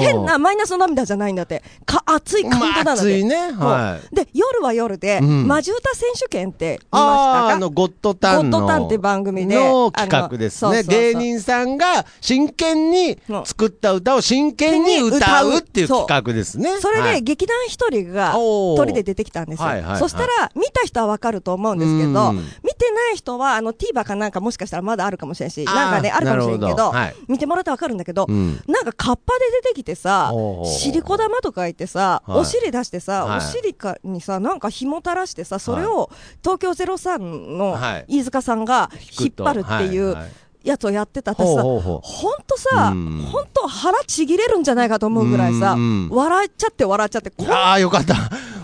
S2: 変なマイナスの涙じゃないんだってか熱い感動
S4: ま
S2: なん
S4: あ、
S2: だって、
S4: 暑いね。
S2: そう
S4: はい。
S2: で夜は夜で、
S4: うん
S2: マジ歌選手権って見ました
S4: あ
S2: か
S4: ーあの、ゴッドタンの。
S2: ゴッドタンって番組で
S4: の企画です
S2: あの
S4: ね。
S2: そうそうそう
S4: 芸人さんが真剣に
S2: そう
S4: 作った歌を真剣に歌うっていう
S2: そう
S4: 企画ですね。
S2: それ
S4: は
S2: で
S4: い
S2: 劇団一人が
S4: おー
S2: 鳥で出てきたんですよ、
S4: はいはいはい
S2: そしたら見た人はわかると思うんですけど
S4: うん
S2: 見てない人はあの TVer かなんかもしかしたらまだあるかもしれんし
S4: あー
S2: なんかねあるかもしれんけど
S4: なるほどはい
S2: 見てもらってわかるんだけど、
S4: うん
S2: なんかカッパで出てきてさ
S4: おー
S2: 尻子玉とか言ってさ、
S4: はい
S2: お尻出してさ、
S4: はい
S2: お尻かにさなんか紐垂らしてさそれを東京03の
S4: はい
S2: 飯塚さんが引っ張るってい
S4: は
S2: う
S4: いはい
S2: やつをやってた私さ
S4: ほうほうほう
S2: ほんとさ、
S4: うん
S2: ほんと腹ちぎれるんじゃないかと思うぐらいさ
S4: うん、
S2: 笑っちゃって笑っちゃって、こん
S4: ああ、よかった。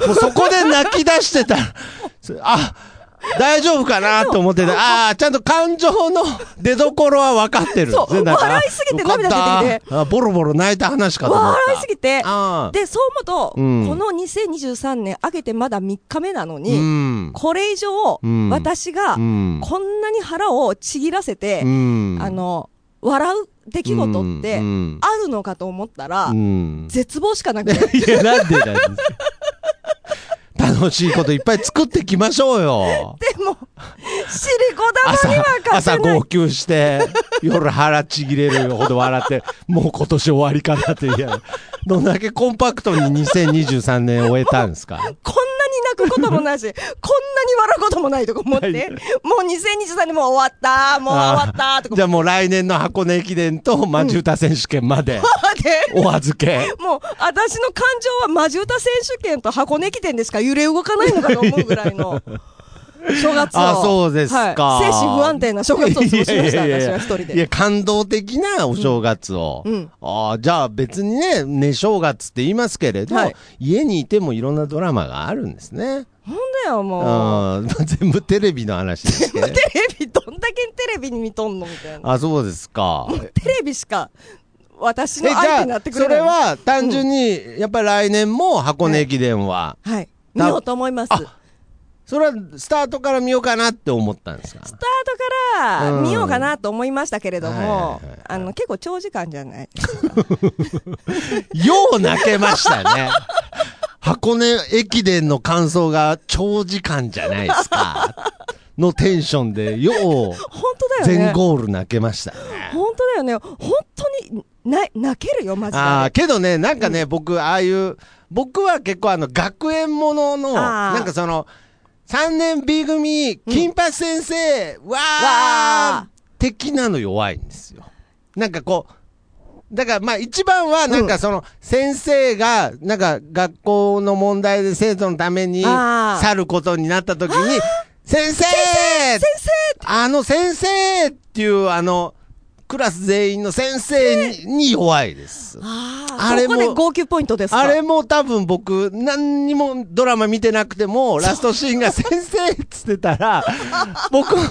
S4: もうそこで泣き出してた。そあ、大丈夫かなと思ってた。ああ、ちゃんと感情の出所は分かってる。
S2: そう
S4: でなんか
S2: 笑いすぎて涙出てきて
S4: よかったあボロボロ泣いた話かと思った。
S2: 笑いすぎて
S4: あ、ー
S2: で、そう思うと、
S4: うん
S2: この2023年明けてまだ3日目なの
S4: う
S2: に、
S4: ん。
S2: これ以上
S4: うん、
S2: 私が、こ
S4: うん
S2: んなに腹をちぎらせて、
S4: うん
S2: あ、の、笑う出来事って
S4: う、ん
S2: あるのかと思ったら
S4: う、ん。
S2: 絶望しか なくて、
S4: いや、なんでだよ。 楽しいこといっぱい作ってきましょうよ。
S2: でも、尻子玉
S4: 朝
S2: には勝
S4: 朝
S2: てない
S4: 号。泣して、夜腹ちぎれるほど笑って、もう今年終わりかなっていや、どんだけコンパクトに2023年終えたんですか
S2: こんなに泣くこともないし、こんなに笑うこともないとか思って、もう2023年もう終わった、もう終わった、とか
S4: じゃあもう来年の箱根駅伝とマジ歌選手権まで
S2: 思って、
S4: お預け。
S2: もう私の感情はマジ歌選手権と箱根駅伝でしか揺れ動かないのかと思うぐらい の。正月を
S4: あそうですか
S2: はい、精神不安定な正月を過ごしました、
S4: いやいやい
S2: 私
S4: や
S2: は一人
S4: いや、
S2: で。
S4: 感動的なお正月を。
S2: うんうん
S4: ああ、じゃあ別にね、ね正月って言いますけれど、
S2: はい
S4: 家にいてもいろんなドラマがあるんですね。
S2: ほんだよ、
S4: う
S2: もう。
S4: ん。 全部テレビの話ですけど。
S2: テレビ、どんだけテレビに見とんのみたいな。
S4: あ、そうです か。
S2: テレビしか私の
S4: え
S2: 相手になってくれ
S4: そ
S2: ない。
S4: れは単純に、やっぱり来年も箱根駅伝は、
S2: はい。見ようと思います。
S4: あそれはスタートから見ようかなって思ったんですか
S2: スタートから
S4: うん
S2: 見ようかなと思いましたけれども
S4: はいはいはい、
S2: あの、結構長時間じゃない。
S4: よう泣けました ね。箱根駅伝の感想が長時間じゃないですか。のテンションで、よう、
S2: 本当だよね。
S4: 全ゴール泣けましたね。
S2: 本当だよね。本当に、な、泣けるよ、マジで。
S4: ああ、けどね、なんかね、僕、ああいう、僕は結構あの、学園ものの、
S2: あー
S4: なんかその、3年 B 組、金八先生、わ
S2: わ
S4: ー的なの弱いんですよ。なんかこう、だからまあ一番はなんかその先生がなんか学校の問題で生徒のために
S2: あー
S4: 去ることになった時に、先生
S2: 先
S4: あの先生っていうあの、クラス全員の先生にに弱いです。
S2: ああ、
S4: あれ
S2: こ
S4: も
S2: こで号泣ポイントですか
S4: あれも多分僕、何にもドラマ見てなくて も、ラストシーンが先生っつってたら、 僕も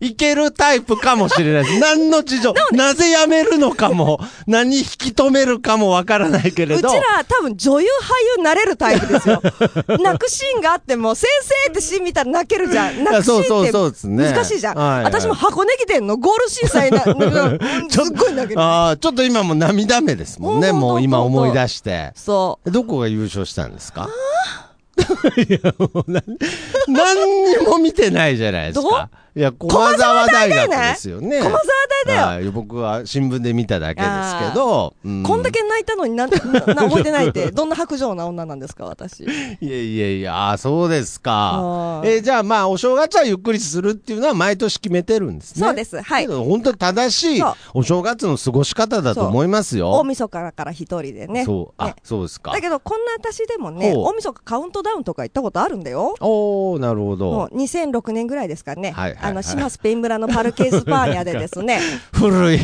S4: いけるタイプかもし れないです。何の事情、なぜやめるのかも、何引き止めるかもわからないけ
S2: う
S4: れ
S2: ち
S4: ど。
S2: ら多分女優俳優になれるタイプですよ。 泣くシーンがあっても、先生ってシーン見たら泣けるじゃん。泣くシ
S4: そうそう
S2: ー
S4: そ
S2: ン
S4: う
S2: っ
S4: で
S2: て
S4: すね
S2: 難しいじゃん。
S4: はいはい
S2: 私も箱根駅伝のゴール審査にな、なんかうんすっごい泣ける。
S4: ああ、ちょっと今もう涙目ですもんね、
S2: ほんとほんと
S4: もう今思い出して。
S2: そ
S4: どこが優勝したんですか いや、もう何、何にも見てないじゃないです
S2: どこ
S4: か。いや、駒沢大
S2: だよ
S4: 学
S2: ね
S4: ですよね。
S2: 駒沢大だよ
S4: はい僕は新聞で見ただけですけど。う
S2: う。
S4: ん
S2: こんだけ泣いたのに なん、な覚えてないって、どんな白状な女なんですか、私。
S4: いやいやいや、あーそうですか
S2: あ。ー
S4: えーじゃあまあ、お正月はゆっくりするっていうのは毎年決めてるんですね。
S2: そうですはい
S4: けど本当に正しい
S2: そう
S4: お正月の過ごし方だと思いますよ。
S2: 大晦日から一人でね。
S4: そう、あ、
S2: ね
S4: そうですか
S2: だ。けど、こんな私でもね、
S4: ほう
S2: 大晦日カウントダウンとか行ったことあるんだよ。
S4: おー、なるほ
S2: も
S4: ど。
S2: う2006年ぐらいですかね。
S4: はいはいはい
S2: あの、島スペイン村のパルケースパーニャでですね。
S4: 古い、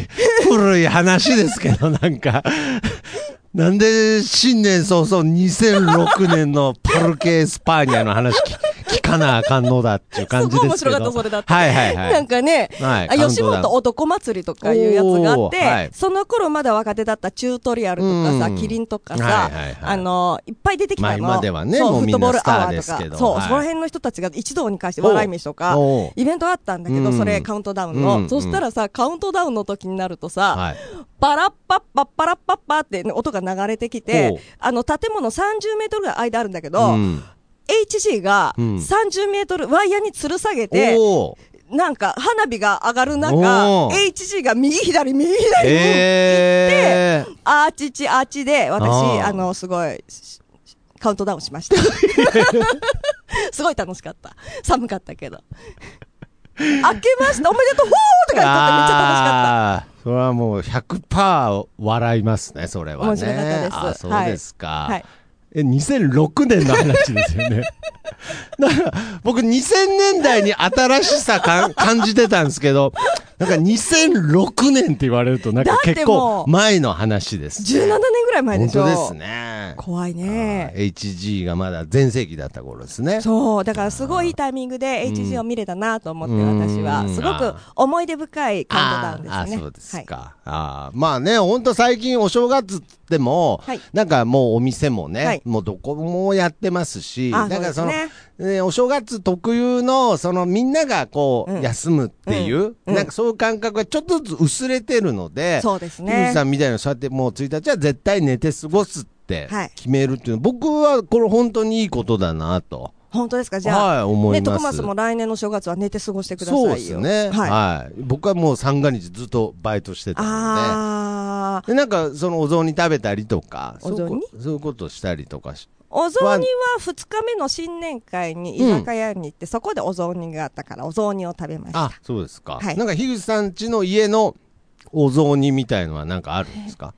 S4: 古い話ですけど、なんか、なんで新年早々2006年のパルケ・エスパーニャの話聞聞かなあかんのだっていう感じですけど。
S2: すごい面白かったそれだって
S4: はいはいはい。
S2: なんかね、
S4: はい
S2: あ
S4: 感動だ
S2: 吉本男祭りとかいうやつがあって、
S4: おーはい
S2: その頃まだ若手だったチュートリアルとかさ、
S4: うん
S2: キリンとかさ、
S4: はいはいはい
S2: あの、いっぱい出てきたの。
S4: まあ今ではね
S2: そう
S4: もうみんな
S2: フットボールアワーとか
S4: スターですけど
S2: そう、
S4: はい
S2: そこら辺の人たちが一堂に会して笑い飯とか
S4: おうおう、
S2: イベントあったんだけど、
S4: うん
S2: それカウントダウンの、
S4: うん
S2: そしたらさ、カウントダウンの時になるとさ、
S4: はい。
S2: パラッパッパッパラッパッパって音が流れてき
S4: おう
S2: て、あの、建物30メートルぐらい間あるんだけど、
S4: うん
S2: HG が
S4: うん
S2: 30メートルワイヤーに吊る下げて、
S4: おー
S2: なんか花火が上がる中、
S4: おー
S2: HG が右左右左、
S4: えー。
S2: あーちちあーちで、私、
S4: あー
S2: あの、すごい、しカウントダウンしました。 すごい楽しかった。寒かったけど。明けましておめでとうほーとか言っとってめっちゃ
S4: あーそれはもう100%笑いますね、それはね。
S2: 面白かったです
S4: あそうですか。
S2: 楽しかった。はい。
S4: え、2006年の話ですよね。 だから、僕2000年代に新しさ かん感じてたんですけど、なんか2006年って言われると、なんか
S2: だって
S4: 結
S2: もう
S4: 構前の話です、
S2: 17年ぐらい前で
S4: 本
S2: しょ。
S4: 当ですね。
S2: 怖い
S4: あー
S2: ね。
S4: HG がまだ全盛期だった頃ですね。
S2: そう、だからすごいいいタイミングで HG を見れたなと思って、
S4: うん
S2: 私は。
S4: うん
S2: すごく思い出深いカウントダウン
S4: あ
S2: です
S4: ー
S2: ね。
S4: あーそうです
S2: はい。
S4: か。あーまあね、ほんと最近お正月っつっても、
S2: はい
S4: なんかもうお店もね、
S2: はい
S4: もうどこもやってますし、
S2: あー
S4: だからその、
S2: そうで
S4: ねお正月特有の、そのみんながこう、
S2: うん
S4: 休むっていう、
S2: うん
S4: なんかそういう感覚がちょっとずつ薄れてるので、
S2: そうですね
S4: 樋口さんみたいな、そうやってもう1日は絶対寝て過ごすって
S2: はい
S4: 決めるっていうの、僕はこれ本当にいいことだなと。
S2: 本当ですかじゃあ、
S4: はい思います
S2: ね、徳松も来年の正月は寝て過ごしてくださいよ。
S4: そうですね、
S2: はい。
S4: はい。僕はもう三が日ずっとバイトしてたので、
S2: あー、
S4: でなんかそのお雑煮食べたりとか
S2: お雑煮
S4: そういうこそういうことしたりとかし
S2: お雑煮は2日目の新年会に居酒屋に行って、そこでお雑煮があったから、お雑煮を食べました。
S4: あそうですか、
S2: はい
S4: なんか樋口さん家の家のお雑煮みたいのはなんかあるんですか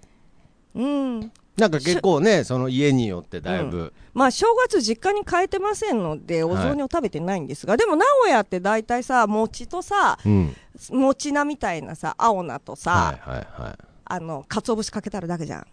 S2: うん。
S4: なんか結構ねその家によってだいぶ、
S2: まあ、正月実家に帰ってませんので、お雑煮を食べてないんですが、でも名古屋って大体さ、餅とさ、
S4: うん
S2: 餅菜みたいなさ、青菜とさ、
S4: はいはいはい
S2: あの、鰹節かけたるだけじゃん。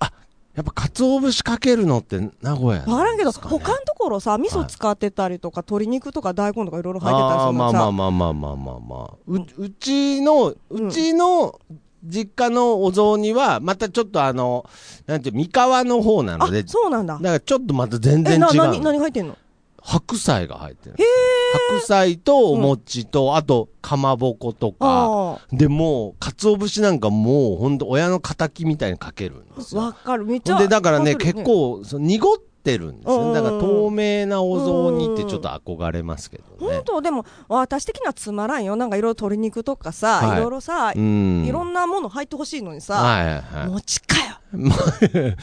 S4: やっぱ鰹節かけるのって名古屋なんですね
S2: わからんけど、他のところさ、味噌使ってたりとか、鶏肉とか大根とかいろいろ入ってたりす
S4: あ
S2: る
S4: ーま
S2: の
S4: あ
S2: に
S4: ま
S2: さ
S4: あ、まあまあまあまあまあううちのうちの実家のお雑煮はまたちょっとあのなんていう三河の方なので
S2: あ、そうなんだ
S4: だ。からちょっとまた全然
S2: え、
S4: 違う
S2: な、
S4: の
S2: 何、何入ってんの
S4: 白菜が入ってる。白菜とお餅と、あと、かまぼことか。
S2: あ
S4: で、もう、かつお節なんかもう、ほんと、親の敵みたいにかけるんです
S2: あ、
S4: よ。
S2: わかる。めっち
S4: ほ
S2: ゃ。
S4: んで、だからね、
S2: わる
S4: 結構、その濁ってるんです
S2: うんうんう
S4: よ
S2: ん
S4: ね。だから、透明なお雑煮ってちょっと憧れますけど
S2: 本
S4: ね。
S2: 当でも、私的にはつまらんよ。なんかいろいろ鶏肉とかさ、
S4: はい
S2: いろいろさ、
S4: う
S2: い
S4: ん。
S2: ろん
S4: な。
S2: なもの入ってほしいのにさ、
S4: はいはいはい。
S2: 餅かよ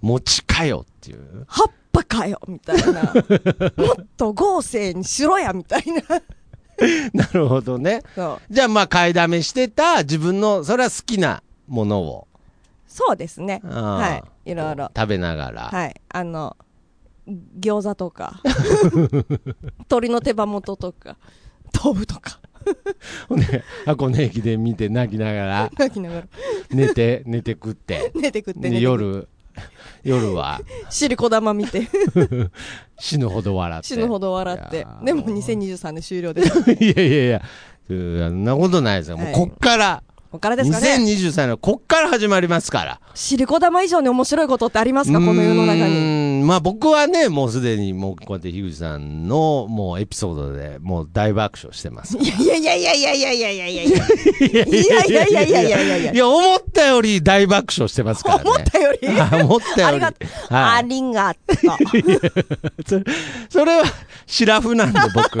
S4: 餅かよっていう。
S2: 葉っぱかよみたいな。もっと豪勢にしろやみたいな。
S4: なるほどね。
S2: そう
S4: じゃあ、まあ、買いだめしてた自分の、それは好きなものを。
S2: そうですね。
S4: あー
S2: はい。いろいろ。
S4: 食べながら。
S2: はい。あの、餃子と か、鶏の手羽元とか、豆腐とか、
S4: ほんで、箱根駅で見て泣きながら、
S2: 泣きながら
S4: 寝て、寝て食って。
S2: 寝て食って寝て食って
S4: で、夜、夜は
S2: 尻子玉見て、
S4: 死ぬほど笑って。
S2: 死ぬほど笑って
S4: いや。ー
S2: でも2023年終了です。
S4: いやいやいや、そんなことないですよ。もう
S2: はい
S4: こっから、
S2: ここからですかね。
S4: 2023年、こっから始まりますから。
S2: 尻子玉以上に面白いことってありますかこの世の中
S4: う
S2: に。
S4: ーんまあ僕はね、もうすでにもうこうやって樋口さんのもうエピソードでもう大爆笑してます。
S2: いやいやいやいやいやいやいやいやいやいやいやいやいやいやいやいや
S4: いや、思ったより大爆笑してますからね。
S2: 思ったより。
S4: あ 思ったよ
S2: あ
S4: り
S2: りがとう。
S4: はい
S2: ありがとう。
S4: それそれは、シラフなんで、 僕。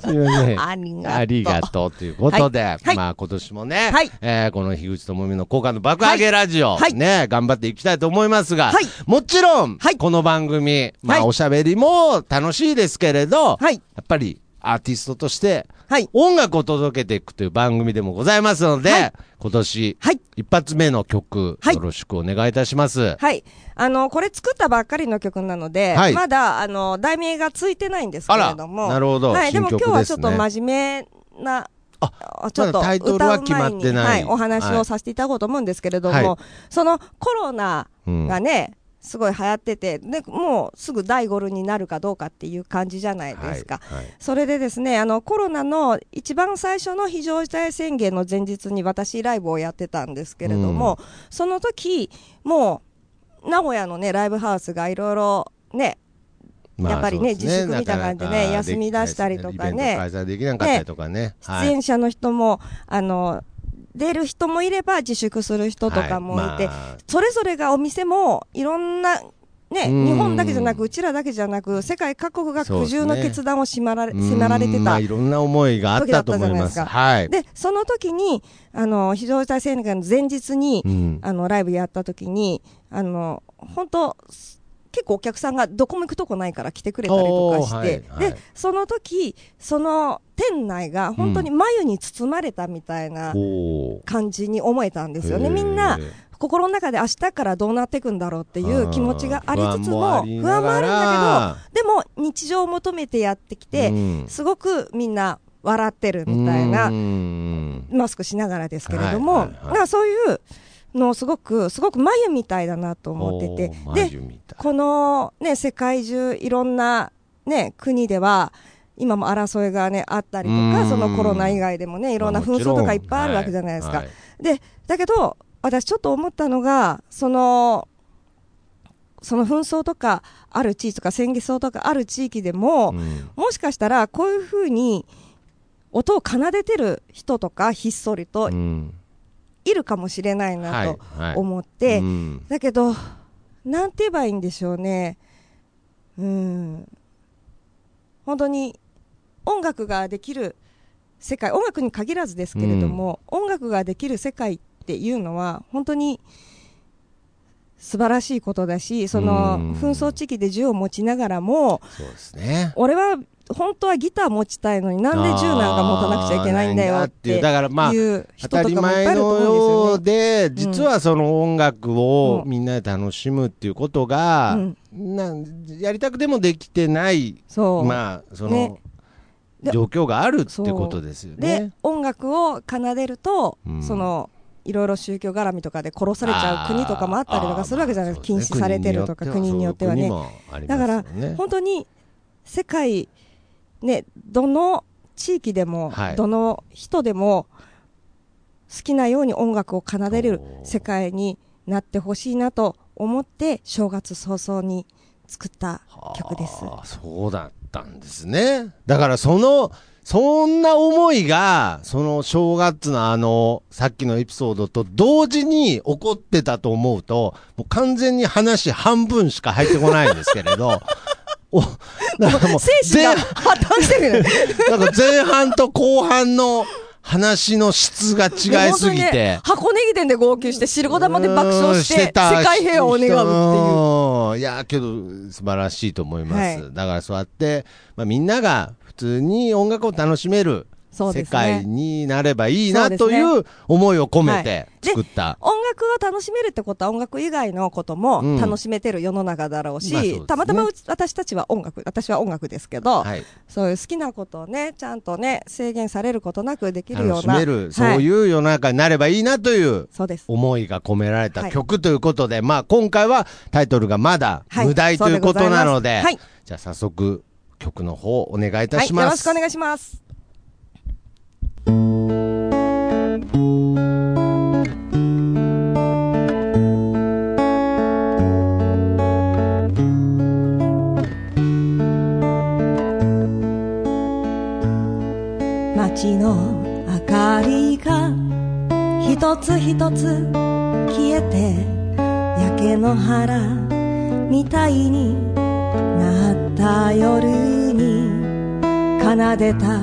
S4: すいません。
S2: ありがとう
S4: ありがとうということで、
S2: はいはい
S4: まあ今年もね、
S2: はい
S4: えーこの樋口智美の好感度爆上げラジオ、
S2: いはい
S4: ね、頑張っていきたいと思います
S2: は
S4: が、
S2: い
S4: もちろん、
S2: はい
S4: この番組、ま
S2: は
S4: あ
S2: い
S4: おしゃべりも楽しいですけれど、
S2: はい
S4: やっぱりアーティストとして、
S2: はい
S4: 音楽を届けていくという番組でもございますので、
S2: はい
S4: 今年、
S2: はい
S4: 一発目の曲、
S2: はい
S4: よろしくお願いいたします。
S2: はい。あの、これ作ったばっかりの曲なので、
S4: はい
S2: まだ、あの、題名がついてないんですけれど
S4: あ
S2: も。
S4: らなるほど
S2: はい。でも
S4: 新
S2: 今
S4: 曲
S2: 日はちょっと
S4: ですね
S2: 真面目な、
S4: あ
S2: ちょっと
S4: まだタイトルは
S2: 歌う前に
S4: 決まってない
S2: はい、お話
S4: は
S2: を
S4: い
S2: させていただこうと思うんですけれども、
S4: はい
S2: そのコロナがね、すごい流行っててでもうすぐ第5類になるかどうかっていう感じじゃないですか。
S4: はいはい
S2: それでですねあのコロナの一番最初の非常事態宣言の前日に私、ライブをやってたんですけれども、その時もう名古屋の、ね、ライブハウスがいろいろね、
S4: まあ
S2: やっぱりね
S4: そうです
S2: 自粛みたいな感じでね
S4: かか
S2: 休み出したりとかね
S4: イベント開催できなかったりとかね。
S2: 出演者の人も、あの出る人もいれば自粛する人とかもいて、
S4: はいまあ
S2: それぞれがお店もいろんな、ね、
S4: うん
S2: 日本だけじゃなく、うちらだけじゃなく、世界各国が苦渋の
S4: そうですね
S2: 決断を迫られ,、
S4: うん
S2: 迫られて
S4: ま
S2: た
S4: あ、いろんな思いがあったと思いま
S2: 時
S4: す。
S2: だったじ
S4: はい。
S2: で、その時に、あの、非常事態宣言の前日に、
S4: うん
S2: あの、ライブやった時に、あの、本当す結構お客さんがどこも行くとこないから来てくれたりとかして、
S4: おーはいはい
S2: で、その時、その店内が本当に眉に包まれたみたいな
S4: おー
S2: 感じに思えたんですよね。
S4: へー
S2: みんな、心の中で明日からどうなっていくんだろうっていう気持ちがありつつも、
S4: あー
S2: 不安もあるんだ
S4: な
S2: けど、でも日常を求めてやってきて、
S4: うん
S2: すごくみんな笑ってるみたいな
S4: う、ん
S2: マスクしながらですけれども、
S4: はいはいはい
S2: なんかそういうのをすごく、すごく眉みたいだなと思って
S4: おー
S2: て、
S4: 眉
S2: で、
S4: みたい
S2: このね、世界中いろんなね、国では、今も争いがね、あったりと
S4: う
S2: か、
S4: ん
S2: そのコロナ以外でもね、いろんな
S4: まあも
S2: 紛
S4: ち
S2: 争
S4: ろん
S2: とかいっぱいあるわけじゃないですか。
S4: はいはい
S2: で、だけど、私ちょっと思ったのが、その、その紛争とかある地域とか戦争とかある地域でも、
S4: うん
S2: もしかしたらこういうふうに音を奏でてる人とかひっそりと
S4: うん
S2: いるかもしれないなと
S4: はいはい
S2: 思って、
S4: うん
S2: だけどなんて言えばいいんでしょうねうん本当に音楽ができる世界音楽に限らずですけれども、音楽ができる世界っていうのは本当に素晴らしいことだしその
S4: うん
S2: 紛争地域で銃を持ちながらも、
S4: そうですね。
S2: 俺は本当はギター持ちたいのになんで銃なんか持たなくちゃいけないんだよって
S4: あーなんだっていうだからまあ
S2: いう人
S4: 当
S2: とか
S4: た
S2: もいっぱい
S4: り
S2: い
S4: 前
S2: ると
S4: の
S2: 思
S4: よ
S2: うん
S4: う
S2: で
S4: で、
S2: すよね
S4: 実はその音楽を
S2: うん
S4: みんなで楽しむっていうことが、
S2: うん
S4: なんやりたくてもできてない、
S2: すよね。そう。
S4: まあ、その
S2: ね、で
S4: 状況があるってことですよ
S2: で、
S4: ね。
S2: 音楽を奏でると、
S4: うん
S2: そのいろいろ宗教絡みとかで殺されちゃう国とかもあったりとかするわけじゃないです
S4: あ
S2: か、
S4: ー
S2: 禁
S4: まあ
S2: 止されてるとか、国によってはね。だから、本当に世界、ね、どの地域でも、
S4: はい
S2: どの人でも、好きなように音楽を奏でれる
S4: おー
S2: 世界になってほしいなと思って、正月早々に作った曲です。
S4: あーそうだったんですね。だからその、そんな思いが、その正月のあの、さっきのエピソードと同時に起こってたと思うと、もう完全に話半分しか入ってこないんですけれど、 お、なんかもう、
S2: 精神が
S4: 前
S2: 破綻してるよね。
S4: なんか前半と後半の話の質が 違いすぎ
S2: 本当に
S4: て
S2: ね。箱根駅伝で号泣して、白子玉で爆笑して、
S4: うん
S2: 世界平和を願うっていう。
S4: うんいや、けど、素晴らしいと思います。
S2: は
S4: だから、そうやって、まあ、みんなが普通に音楽を楽しめる
S2: そうで
S4: 世
S2: すね
S4: 界になればいい
S2: そう
S4: な
S2: です
S4: と
S2: ね
S4: いう思いを込め
S2: はい
S4: て
S2: で
S4: 作った。
S2: 音楽を楽しめるってことは音楽以外のこと
S4: う
S2: も
S4: ん
S2: 楽しめてる世の中だろうし、
S4: まあそうですね
S2: たまたまうち私たちは音楽、私は音楽ですけど、
S4: はい、
S2: そういう好きなことをね、ちゃんとね、制限されることなくできるよ
S4: 楽
S2: う
S4: し
S2: な。
S4: める、そう
S2: はいい、
S4: う世の中になればいいなという
S2: そうです。
S4: 思いが込められ
S2: は
S4: た
S2: い
S4: 曲ということで、まあ今回はタイトルがまだ
S2: はい
S4: 無題ということなので、
S2: そうでございます
S4: じゃあ早速曲の方お願いいた
S2: はい、
S4: し
S2: よ
S4: ます。
S2: ろしくお願いします。街の明かりが一つ一つ消えて焼け野原みたいになった夜に奏でた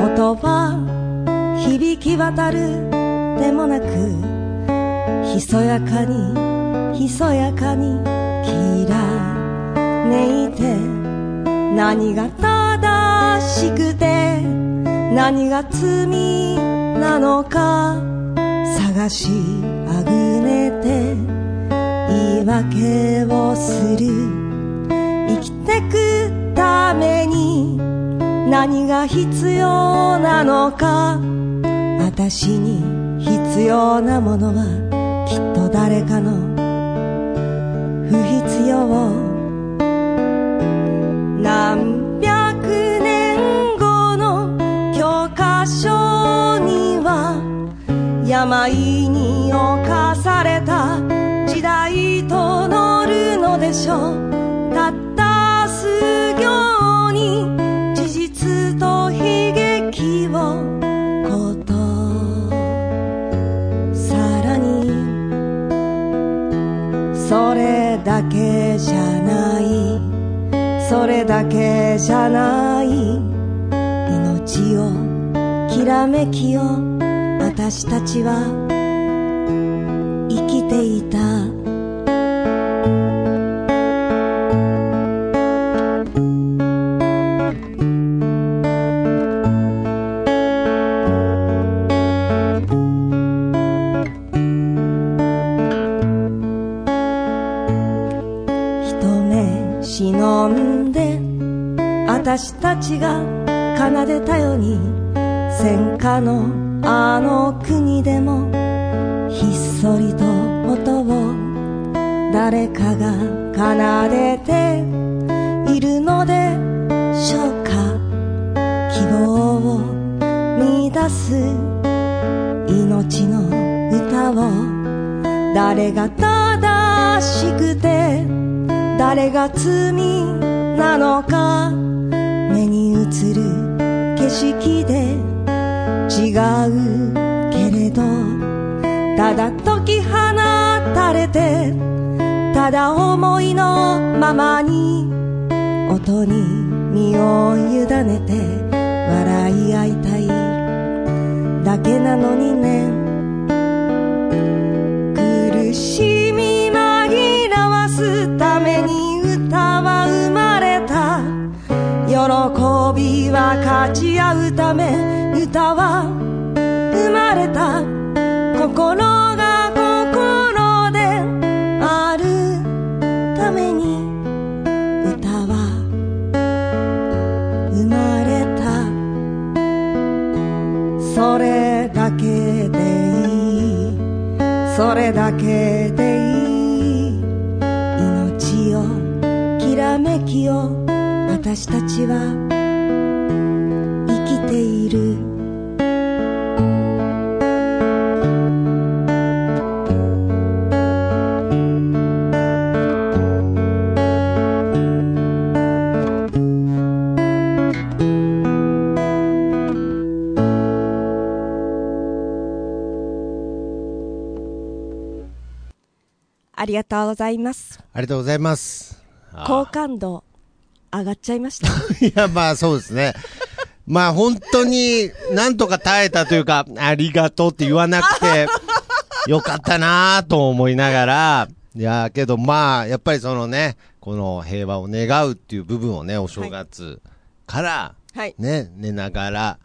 S2: 音は響き渡るでもなくひそやかにひそやかにきらめいて何が正しくて何が罪なのか探しあぐねて言い訳をする生きてくために何が必要なのか私に必要なものはきっと誰かの不必要何百年後の教科書には病に侵された時代と乗るのでしょうたった数行に事実と悲劇をことさらにそれだけじゃないそれだけじゃない命をきらめきを私たちは生きていた一目忍んで私たちが奏でたように戦火のあの国でもひっそりと音を誰かが奏でているのでしょうか希望を見出す命の歌を誰が正しくて誰が罪なのか目に映る景色で違うけれどただ解き放たれてただ思いのままに音に身を委ねて笑い合いたいだけなのにね苦しみ紛らわすために歌は生まれた喜びは勝ち合うため歌は生まれた心が心であるために歌は生まれたそれだけでいいそれだけでいい命をきらめきを私たちは生きているありがとうございます
S4: ありがとうございます。
S2: 好感度上がっちゃいました
S4: いや、まあそうですね。まあ本当に、なんとか耐えたというか、ありがとうって言わなくて、よかったなぁと思いながら、いや、けどまあ、やっぱりそのね、この平和を願うっていう部分をね、お正月から、
S2: はい
S4: ね、寝ながら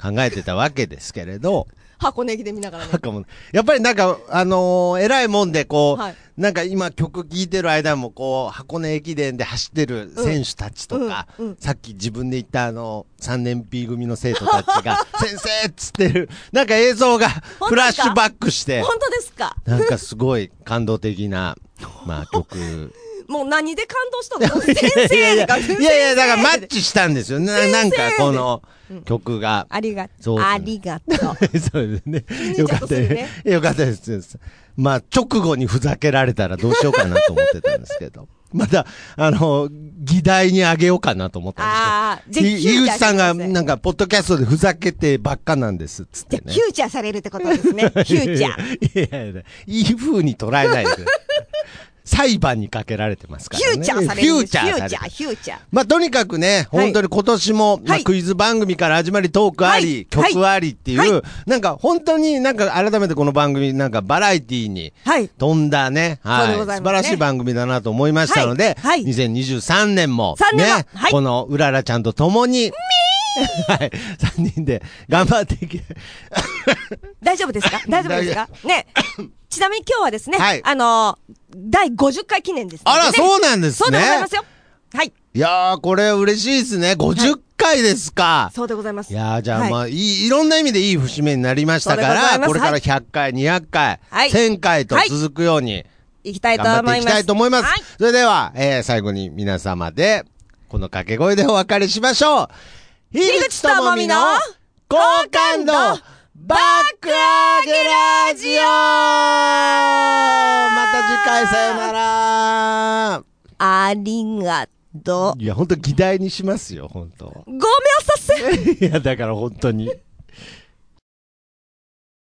S4: 考えてたわけですけれど、
S2: 箱根駅で見ながらね
S4: なんかもうやっぱりなんか、あのー偉いもんで、こう、
S2: はい
S4: なんか今曲聴いてる間も、こう、箱根駅伝で走ってる選手たちとか、
S2: うんうん
S4: さっき自分で言ったあの、3年 B 組の生徒たち が、先生っつってる、なんか映像が
S2: か
S4: フラッシュバックして、
S2: 本当ですか
S4: なんかすごい感動的な、まあ曲。
S2: もう何で感動したの先生で感動
S4: いやいや、だからマ
S2: 先生
S4: ッ
S2: で
S4: チしたんですよ。ななんかこの曲が。
S2: ありがと
S4: そう
S2: う。
S4: ですね
S2: ありがと う。
S4: そうですね。
S2: に
S4: よかった
S2: ちょっとするね
S4: ね。よかったです。まあ、直後にふざけられたらどうしようかなと思ってたんですけど。 また、あの、議題にあげようかなと思ったんですけ
S2: あー
S4: ど。
S2: じゃあ
S4: い井口さんが、
S2: フューチャーしてください
S4: なんか、ポッドキャストでふざけてばっかなんです、っつってね
S2: フ。ューチャーされるってこと ですね。フューチャー。
S4: ー。いやいやいや、いい風に捉えないで。 裁判にかけられてますか
S2: フ
S4: ら
S2: ュ
S4: ね。
S2: ーチャーされるん
S4: フュ
S2: で
S4: ー
S2: す。
S4: チャ
S2: フ
S4: ー
S2: ュ
S4: さ
S2: ー
S4: れ
S2: チ
S4: る
S2: ャー、フューチャー。
S4: まあ、とにかくね、
S2: はい
S4: 本当に今年も、ま
S2: は
S4: あ、
S2: い
S4: クイズ番組から始まり、トークあり、
S2: はい
S4: 曲ありっていう、
S2: は
S4: なんか本当になんか改めてこの番組、なんかバラエティーに
S2: はい。
S4: 飛んだね、
S2: そうで
S4: は
S2: ご
S4: い、
S2: ざいます
S4: 素晴
S2: ね
S4: らしい番組だなと思いましたので、
S2: はいはい
S4: 2023年も、
S2: 三年も
S4: ね、
S2: はい
S4: このうららちゃんと共に、はい、3人で頑張っていき、
S2: 大丈夫 ですか大丈夫ですかね。ちなみに今日はですね、
S4: はい
S2: あのー第50回記念ですのでね、
S4: あらそうなんですね
S2: そうでございますよ。はい。
S4: いやー、これ嬉しいですね。50回ですか。
S2: そうでございます。
S4: いやーじゃあ、
S2: はい
S4: まあ、いい、いろんな意味でいい節目になりましたか
S2: そうでござい
S4: ら、
S2: ます
S4: これから100回、200回、
S2: はい
S4: 1000回と
S2: はい
S4: 続くように、
S2: いきたいと
S4: 頑
S2: 思
S4: 張
S2: い
S4: っ
S2: ます。
S4: ていきたいと思います。
S2: はい。
S4: それでは、えー、最後に皆様で、この掛け声でお別れしましょう。樋口智美の好感度爆上げラジオまた次回さよな ら
S2: ありがとう。
S4: いや、ほんと議題にしますよ、本当
S2: ごめんさせ。
S4: いや、だから本当に。